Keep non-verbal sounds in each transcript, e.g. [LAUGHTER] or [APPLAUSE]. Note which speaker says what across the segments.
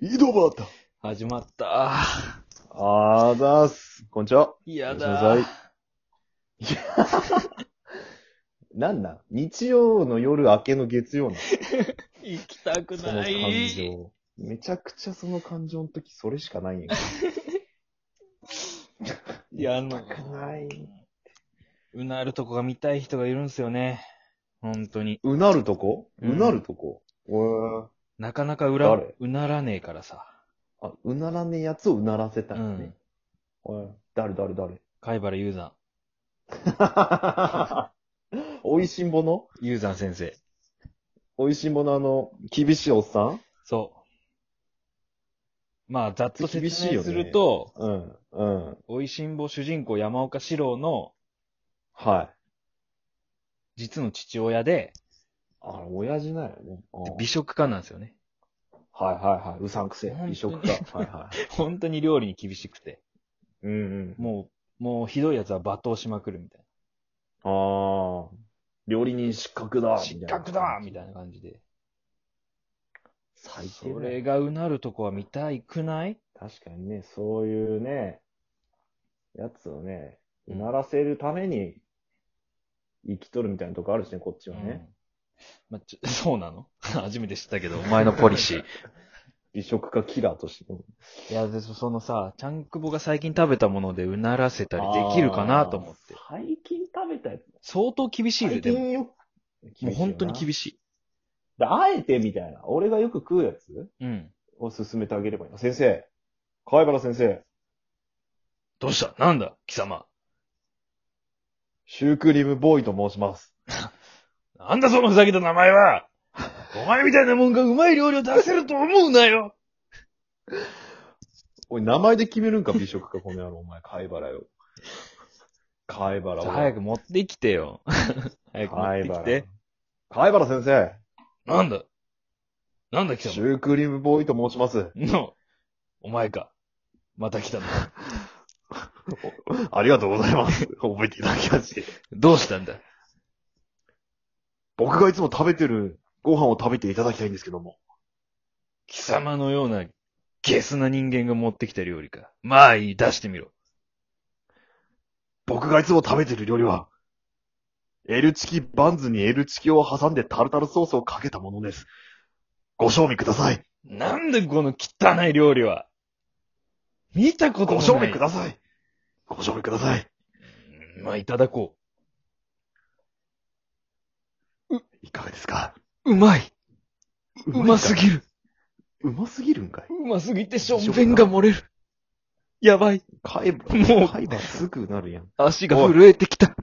Speaker 1: 井戸端
Speaker 2: 始まった。
Speaker 1: あーざーす。こんにちは。
Speaker 2: 嫌
Speaker 1: お
Speaker 2: だ
Speaker 1: や。なんなん日曜の夜明けの月曜なの
Speaker 2: 行きたく
Speaker 1: その
Speaker 2: な
Speaker 1: 感
Speaker 2: い。
Speaker 1: 情。めちゃくちゃその感情の時、それしかないんや
Speaker 2: やんの
Speaker 1: けど。ない。
Speaker 2: うなるとこが見たい人がいるんですよね。本当に。
Speaker 1: うなるとこ
Speaker 2: うん
Speaker 1: うなるとこ、う
Speaker 2: なかなかうら
Speaker 1: 誰、
Speaker 2: うならねえからさ。
Speaker 1: あ、うならねえやつをうならせた
Speaker 2: う
Speaker 1: いね。
Speaker 2: ん。
Speaker 1: おい誰誰誰 [LAUGHS]
Speaker 2: 貝原雄山。
Speaker 1: おいしんぼの
Speaker 2: 雄山先生。
Speaker 1: おいしんぼのあの、厳しいおっさん
Speaker 2: そう。まあ、ざっと説
Speaker 1: 厳しいよね
Speaker 2: 明すると、
Speaker 1: うん、うん。
Speaker 2: おいしんぼ主人公山岡四郎の
Speaker 1: はい。
Speaker 2: 実の父親で、
Speaker 1: あれ、親父なんやね。うん
Speaker 2: 美食家なんですよね。
Speaker 1: はいはいはい。うさんくせえ
Speaker 2: 本当。に
Speaker 1: 美食家。はいはい。
Speaker 2: 本当に料理に厳しくて。
Speaker 1: うんうん。
Speaker 2: もう、もうひどいやつは罵倒しまくるみたいな。
Speaker 1: ああ。料理人失格だ。
Speaker 2: 失格だみたいな。感じで。
Speaker 1: 最低
Speaker 2: そ
Speaker 1: だよ
Speaker 2: れがうなるとこは見たいくない
Speaker 1: 確かにね、そういうね、やつをね、
Speaker 2: う
Speaker 1: うんならせるために、生きとるみたいなとこあるしね、こっちは
Speaker 2: う
Speaker 1: ね。
Speaker 2: んまあちょ [LAUGHS] そうなの初めて知ったけど、お [LAUGHS] 前のポリシー。
Speaker 1: 美食家キラーとして。
Speaker 2: いや、で、そそのさ、ちゃんくぼが最近食べたものでうならせたりできるかなと思って
Speaker 1: あ。ー。最近食べたやつ。
Speaker 2: 相当厳しいで、
Speaker 1: 最
Speaker 2: でも。
Speaker 1: 近よ。
Speaker 2: もう本当に
Speaker 1: しい
Speaker 2: 厳し
Speaker 1: よな。であえてみたいな。俺がよく食うやつ
Speaker 2: い。うん。
Speaker 1: を勧めてあげればいいな。先生。貝原先生。
Speaker 2: どうしたなんだ貴様。
Speaker 1: シュークリームボーイと申します。
Speaker 2: なんだそのふざけた名前 [LAUGHS] はお前みたいなもんがうまい料理を出せると思うな [LAUGHS] よ
Speaker 1: おい、名前で決めるんか、美食か、この野郎、お前、貝原よ。貝原、
Speaker 2: 早く持ってきてよ。 [LAUGHS] 早く持っ
Speaker 1: 貝
Speaker 2: てき
Speaker 1: 原。
Speaker 2: て。
Speaker 1: 貝原先生、
Speaker 2: なんだなんだ貴
Speaker 1: シ
Speaker 2: 様
Speaker 1: ュークリームボーイと申します。
Speaker 2: の、お前か。また来たな。
Speaker 1: ありがとうございます。覚えていただきまして。
Speaker 2: [LAUGHS] どうしたんだ
Speaker 1: 僕がいつも食べてるご飯を食べていただきたいんですけども。
Speaker 2: 貴様のようなゲスな人間が持ってきた料理か。まあいい、出してみろ。
Speaker 1: 僕がいつも食べてる料理は、エルチキバンズにエルチキを挟んでタルタルソースをかけたものです。ご賞味ください。
Speaker 2: なんでこの汚い料理は見たこと
Speaker 1: ご
Speaker 2: も
Speaker 1: 賞
Speaker 2: な
Speaker 1: 味
Speaker 2: い
Speaker 1: く。ださい。ご賞味ください。
Speaker 2: うんまあいただこ
Speaker 1: いかがですか
Speaker 2: う。うまい。
Speaker 1: う
Speaker 2: うます
Speaker 1: る。
Speaker 2: ぎる。
Speaker 1: うますぎるんかいう
Speaker 2: ますぎてしょんべんが漏れる。やばい。
Speaker 1: 貝原、
Speaker 2: もう
Speaker 1: 貝原すぐなるやん。
Speaker 2: 足が震えてきた。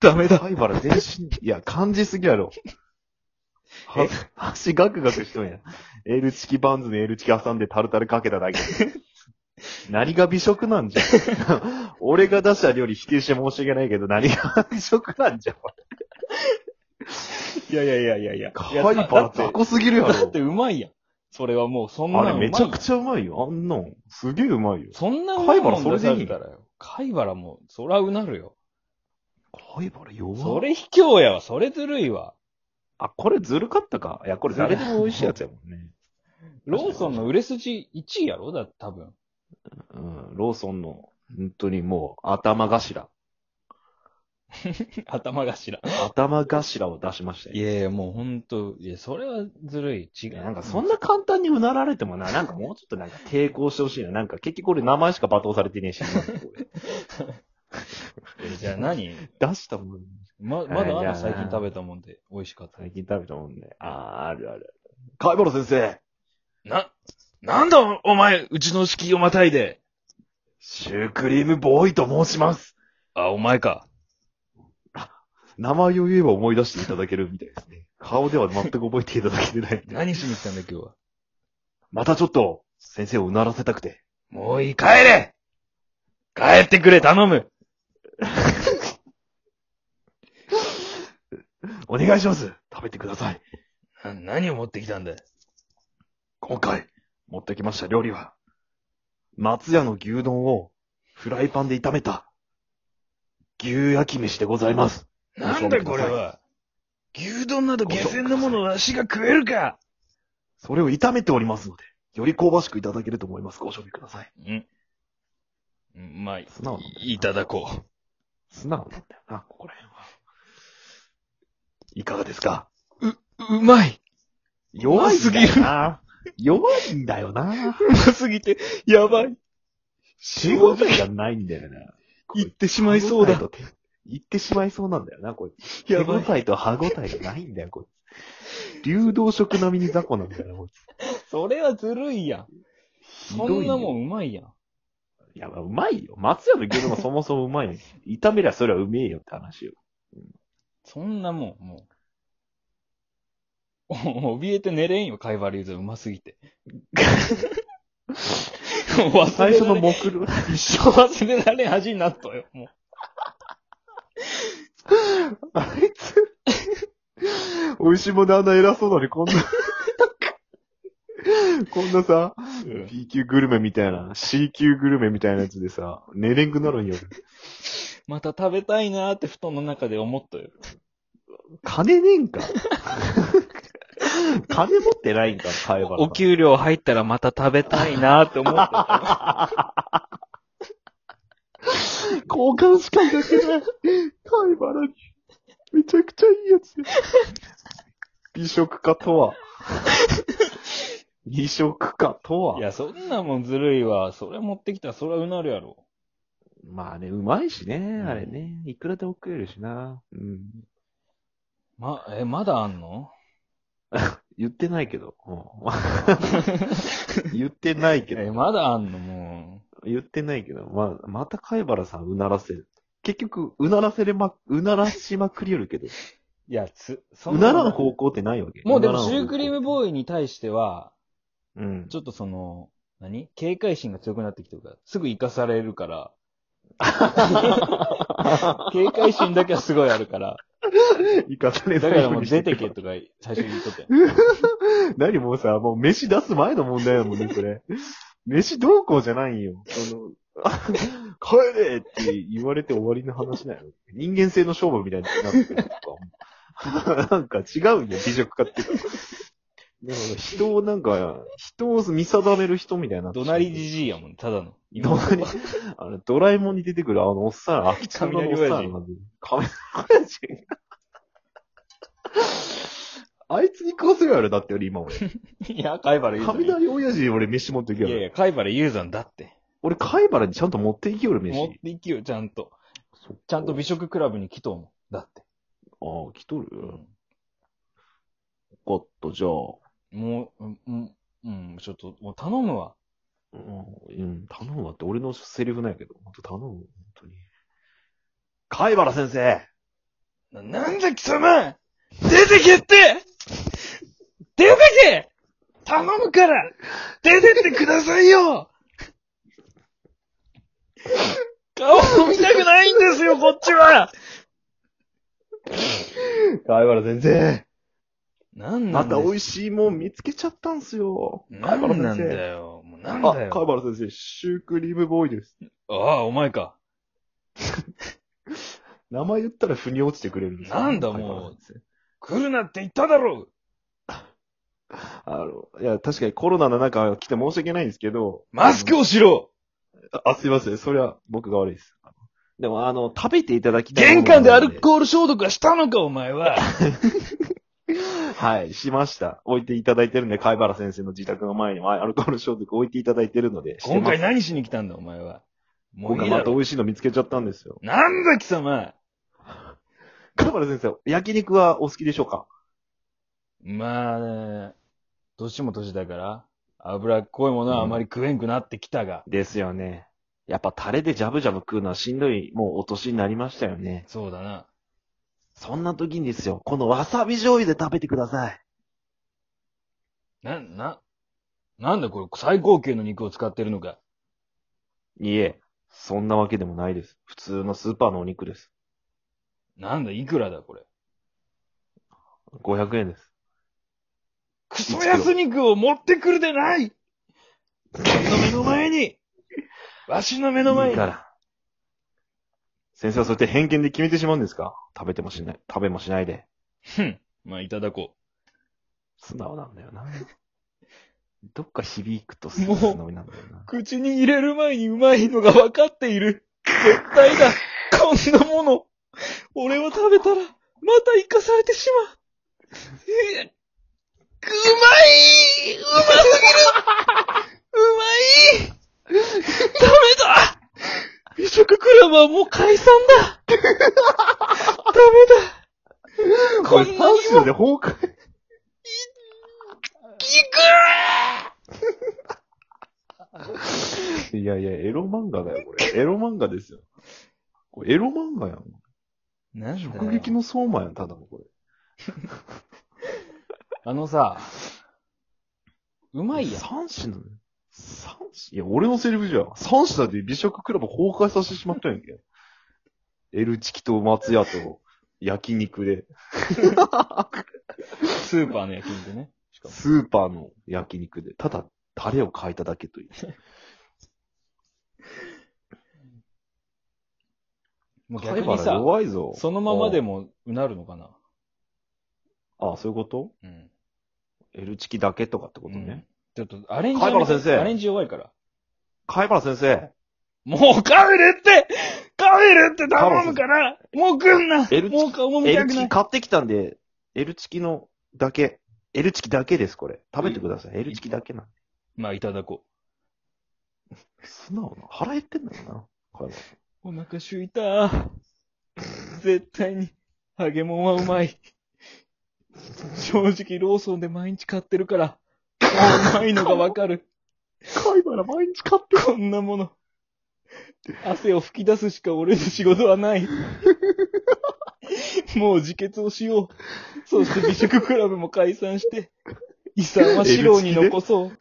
Speaker 2: ダメだ。
Speaker 1: 貝原全
Speaker 2: [LAUGHS]
Speaker 1: 身、いや、感じすぎやろ。は
Speaker 2: え、
Speaker 1: 足ガクガクしとんや。エルチキバンズにエルチキ挟んでタルタルかけただけ。何が美食なんじゃ。
Speaker 2: [LAUGHS]
Speaker 1: 俺が出した料理否定して申し訳ないけど、何が美食なんじゃ。
Speaker 2: [LAUGHS] いやいやいやいやいや。
Speaker 1: 貝原
Speaker 2: だ
Speaker 1: 雑
Speaker 2: って、
Speaker 1: 魚すぎるや
Speaker 2: だっ
Speaker 1: ろ
Speaker 2: て。うまいやん。それはもうそんな
Speaker 1: あれ
Speaker 2: のうまい
Speaker 1: め
Speaker 2: やん
Speaker 1: ちゃくちゃうまいよ。あんなん。すげえうまいよ。
Speaker 2: そんなうまいもん
Speaker 1: 貝
Speaker 2: 出
Speaker 1: 原そ
Speaker 2: さ
Speaker 1: れでい
Speaker 2: れ
Speaker 1: い
Speaker 2: たらよ。貝原も、そらうなるよ。
Speaker 1: 貝原弱
Speaker 2: それ卑怯やわ。それずるいわ。
Speaker 1: あ、これずるかったか。いや、これ誰でも美味しいやつやもん [LAUGHS] ね。
Speaker 2: ローソンの売れ筋1位やろだって多 [LAUGHS] 分。
Speaker 1: うん、ローソンの、本当にもう、頭頭。
Speaker 2: 頭がしら。
Speaker 1: 頭頭を出しました
Speaker 2: い
Speaker 1: よ。
Speaker 2: やいや、もうほんと、いや、それはずるい。違う。
Speaker 1: なんかそんな簡単にうなられてもな、なんかもうちょっとなんか抵抗してほしいな。なんか結局俺名前しか罵倒されてねえ [LAUGHS] し。今のところ
Speaker 2: え [LAUGHS] じゃあ何
Speaker 1: 出したもん。
Speaker 2: ま、ま
Speaker 1: は
Speaker 2: だあ
Speaker 1: い
Speaker 2: の
Speaker 1: じゃあ
Speaker 2: 最近食べたもんで美味しかった。
Speaker 1: 最近食べたもんね。ああ、あるある。貝原先生、
Speaker 2: な、なんだお前、うちの敷居をまたいで。
Speaker 1: シュークリームボーイと申します。
Speaker 2: あ、お前か。
Speaker 1: 名前を言えば思い出していただけるみたいですね。顔では全く覚えていただけてないみたいな。
Speaker 2: 何しに来たんだ今日は。
Speaker 1: またちょっと、先生をうならせたくて。
Speaker 2: もういい、帰れ帰ってくれ、頼む
Speaker 1: お願いします。食べてください。
Speaker 2: な何を持ってきたんだ
Speaker 1: 今回、持ってきました料理は、松屋の牛丼をフライパンで炒めた、牛焼き飯でございます。
Speaker 2: なんだこれは。牛丼など下船のものを足が食えるか
Speaker 1: それを炒めておりますので、より香ばしくいただけると思います。ご賞味ください。
Speaker 2: うん。うんまあ、い
Speaker 1: 素直なんだよない
Speaker 2: ただこ
Speaker 1: 素直なんだよな、ここら辺は。いかがですか
Speaker 2: う。うまい
Speaker 1: 弱いんだよな。弱いんだよな。
Speaker 2: うますぎて、やばい。
Speaker 1: 仕事じゃないんだよな。
Speaker 2: 行ってしまいそうだ。
Speaker 1: 手応えと手。言ってしまいそうなんだよな、こいつ。手
Speaker 2: や
Speaker 1: 応
Speaker 2: ばい。
Speaker 1: えと歯応えがないんだよ、こいつ。流動食並みに雑魚なんだよな、こい
Speaker 2: それはずるいやん。
Speaker 1: つ。
Speaker 2: そんなも
Speaker 1: ん。
Speaker 2: んうまいやん。
Speaker 1: いや、まあうまいよ。松屋の餃子もそもそもうまいよ。 [LAUGHS] 炒めりゃそれはうめえよって話よ。
Speaker 2: そんなもん、もう。お [LAUGHS] 怯えて寝れんよ、カイバリーズうますぎ [LAUGHS] て。もう忘れられん
Speaker 1: 最初の目論、
Speaker 2: 一生 [LAUGHS] 忘れられん味になったよ、もう。
Speaker 1: あいつ、 [LAUGHS] 美味しいもんであんな偉そうなのにこんな、こんなさ、B 級グルメみたいな、C 級グルメみたいなやつでさ、寝れんくなるんよ。
Speaker 2: また食べたいなーって布団の中で思ったよ。
Speaker 1: [LAUGHS] 金ね [LAUGHS] んか。金持ってないんか、会話。
Speaker 2: お給料入ったらまた食べたいなーって思った。
Speaker 1: 交換しかいたけない。貝原に。めちゃくちゃいいやつ。美食家と [LAUGHS] は。美食家と
Speaker 2: [LAUGHS]
Speaker 1: は。
Speaker 2: いや、そんなもんずるいわ。それ持ってきたらそれはうなるやろ。
Speaker 1: まあね、うまいしね、
Speaker 2: ん
Speaker 1: あれね。いくらでも食えるしな。うん。
Speaker 2: ま、え、まだあんの
Speaker 1: 言ってないけど。 [LAUGHS] うん言ってないけ
Speaker 2: え、
Speaker 1: ど。
Speaker 2: まだあんのも
Speaker 1: 言ってないけど。まあ、また貝原さんうならせる。結局、うならせれま、うならしまくりよるけど。
Speaker 2: う。いや、つ、そう
Speaker 1: ならの高校ってないわけ
Speaker 2: もうでも
Speaker 1: ならの
Speaker 2: シ
Speaker 1: 高校
Speaker 2: ュークリームボーイに対しては、
Speaker 1: うん。
Speaker 2: ちょっとその、何警戒心が強くなってきてるから、すぐ生かされる [LAUGHS] から、警戒心だけはすごいあるから、
Speaker 1: 行かされ
Speaker 2: だ
Speaker 1: な
Speaker 2: か
Speaker 1: い
Speaker 2: ら
Speaker 1: よ
Speaker 2: も
Speaker 1: う
Speaker 2: う
Speaker 1: に
Speaker 2: 出
Speaker 1: して
Speaker 2: て
Speaker 1: るか
Speaker 2: け
Speaker 1: ら。
Speaker 2: とか最初に言っとったよ。
Speaker 1: [LAUGHS] 何もうさ、もう飯出す前の問題だもんね、これ。飯どうこうじゃないよ。その、帰れって言われて終わりの話だよ。人間性の勝負みたいになってるとか。なんか違う [LAUGHS] よ、美食家って。でも人をなんか、人を見定める人みたいになって
Speaker 2: 怒
Speaker 1: る。
Speaker 2: 鳴りじじいやもん、ただの。
Speaker 1: どうにあの、ドラえもんに出てくるあのおっさん、秋田のおっさんなんで。亀親父。あいつに食わせるやろ、だって俺今俺。
Speaker 2: いや、貝原雄山。
Speaker 1: 雷親父に俺飯持っていけ
Speaker 2: いやい
Speaker 1: よ。
Speaker 2: や、貝原雄山だって。
Speaker 1: 俺貝原にちゃんと持っていけよる
Speaker 2: 持って
Speaker 1: 飯。
Speaker 2: いきよ、ちゃんと。ちゃんと美食クラブに来とうもん。だって。
Speaker 1: ああ、来とる。よかった、じゃあ。
Speaker 2: もう、うんうん、うん、ちょっと、もう頼むわ。
Speaker 1: うん、うん頼むわって俺のセリフなんやけど。本当頼む、本当に。貝原先
Speaker 2: [LAUGHS]
Speaker 1: 生
Speaker 2: な、なんだ貴様出てけって出てけ頼むから出てってくださいよ顔を見たくないんですよ、こっちは
Speaker 1: 貝原先生
Speaker 2: なんな
Speaker 1: ま
Speaker 2: んだ
Speaker 1: た美
Speaker 2: よ。
Speaker 1: 味しいもん見つけちゃったんすよ。
Speaker 2: なん
Speaker 1: 貝原
Speaker 2: なん
Speaker 1: 先生
Speaker 2: だよ。もうなんだ
Speaker 1: あ、貝
Speaker 2: よ。
Speaker 1: 原先生、シュークリームボーイです。
Speaker 2: ああ、お前か。
Speaker 1: 名前言ったら腑に落ちてくれるんですよ
Speaker 2: なんだ
Speaker 1: 貝原
Speaker 2: もう
Speaker 1: 先生
Speaker 2: 来るなって言っただろう
Speaker 1: あの、いや、確かにコロナの中来て申し訳ないんですけど。
Speaker 2: マスクをしろ
Speaker 1: ああ、すいません。それは僕が悪いです。あのでも、あの、食べていただきたいものな
Speaker 2: 玄
Speaker 1: の
Speaker 2: 関でアルコール消毒はしたのか、お
Speaker 1: [LAUGHS]
Speaker 2: 前は。
Speaker 1: はい、しました。置いていただいてるんで、貝原先生の自宅の前にはアルコール消毒置いていただいてるので、して
Speaker 2: 今
Speaker 1: ます
Speaker 2: 回何しに来たんだ、お前は。
Speaker 1: 今
Speaker 2: もうい
Speaker 1: 回
Speaker 2: いだ
Speaker 1: また
Speaker 2: ろ。
Speaker 1: 美味しいの見つけちゃったんですよ。
Speaker 2: なんだ、貴様
Speaker 1: 貝原先生、焼肉はお好きでしょうか
Speaker 2: まあ、年も年だから、脂っこいものはあまり食えんくなってきたが。
Speaker 1: ですよね。やっぱタレでジャブジャブ食うのはしんどい、もうお年になりましたよね。
Speaker 2: そうだな。
Speaker 1: そんな時にですよ、このわさび醤油で食べてください。
Speaker 2: な、な、なんだこれ、最高級の肉を使ってるのか。
Speaker 1: いえ、そんなわけでもないです。普通のスーパーのお肉です。
Speaker 2: なんだ、いくらだ、これ。
Speaker 1: 500円です。
Speaker 2: クソ安肉を持ってくるでない目の前にわしの目の前
Speaker 1: いい
Speaker 2: に
Speaker 1: から。先生はそうやって偏見で決めてしまうんですか食べてもしない、食べもしないで。
Speaker 2: ふん。まあ、いただこ [LAUGHS]
Speaker 1: 素直なんだよな。どっか響くとすごい素直になんだよな。
Speaker 2: 口に入れる前にうまいのが分かっている。絶対だ。こんなもの。俺は食べたら、また生かされてしまう。えーうまいうますぎるうまいダメだ美食クラブはもう解散だダメだこんなにも
Speaker 1: 俺30で崩壊。
Speaker 2: 聞
Speaker 1: いやいや、エロ漫画だよ、これ。エロ漫画ですよ。これエロ漫画やん。
Speaker 2: くなんだ
Speaker 1: 直撃の相馬やん、ただのこれ。
Speaker 2: あのさ、うまいやん。
Speaker 1: 三子なのよ三子いや、俺のセリフじゃん。三子だって美食クラブ崩壊させてしまったんやんけ。エルチキと松屋と焼肉
Speaker 2: [LAUGHS]
Speaker 1: で、
Speaker 2: スーパーの焼肉ね。しかも。
Speaker 1: スーパーの焼肉で、ただタレを変えただけという。
Speaker 2: もう逆
Speaker 1: 貝
Speaker 2: に
Speaker 1: 原
Speaker 2: さ、
Speaker 1: 弱いぞ。
Speaker 2: そのままでもうなるのかな。
Speaker 1: ああ、そういうこと
Speaker 2: うん。
Speaker 1: エルチキだけとかってこと
Speaker 2: うん
Speaker 1: ね。
Speaker 2: ちょっと、アレンジ。
Speaker 1: 貝原先生
Speaker 2: アレンジ弱いから。
Speaker 1: 貝原先生、
Speaker 2: もうカメルってカメルって頼むからもう来んな
Speaker 1: エルチ
Speaker 2: もう顔も見
Speaker 1: エ
Speaker 2: た
Speaker 1: ル
Speaker 2: く
Speaker 1: チ
Speaker 2: な
Speaker 1: キ
Speaker 2: い
Speaker 1: 買ってきたんで、エルチキのだけ。エルチキだけです、これ。食べてください。エルチキだけなんで。
Speaker 2: まあ、いただこ
Speaker 1: 素直な。腹減ってんだよな。貝原さん
Speaker 2: う。お腹すいた。絶対に、揚げ物はうまい。正直、ローソンで毎日買ってるから、うまいのがわかる。
Speaker 1: 貝原毎日買って
Speaker 2: こんなもの。汗を吹き出すしか俺の仕事
Speaker 1: [LAUGHS]
Speaker 2: はない。もう自決をしよう。そして美食クラブも解散して、遺産は資料に残そう。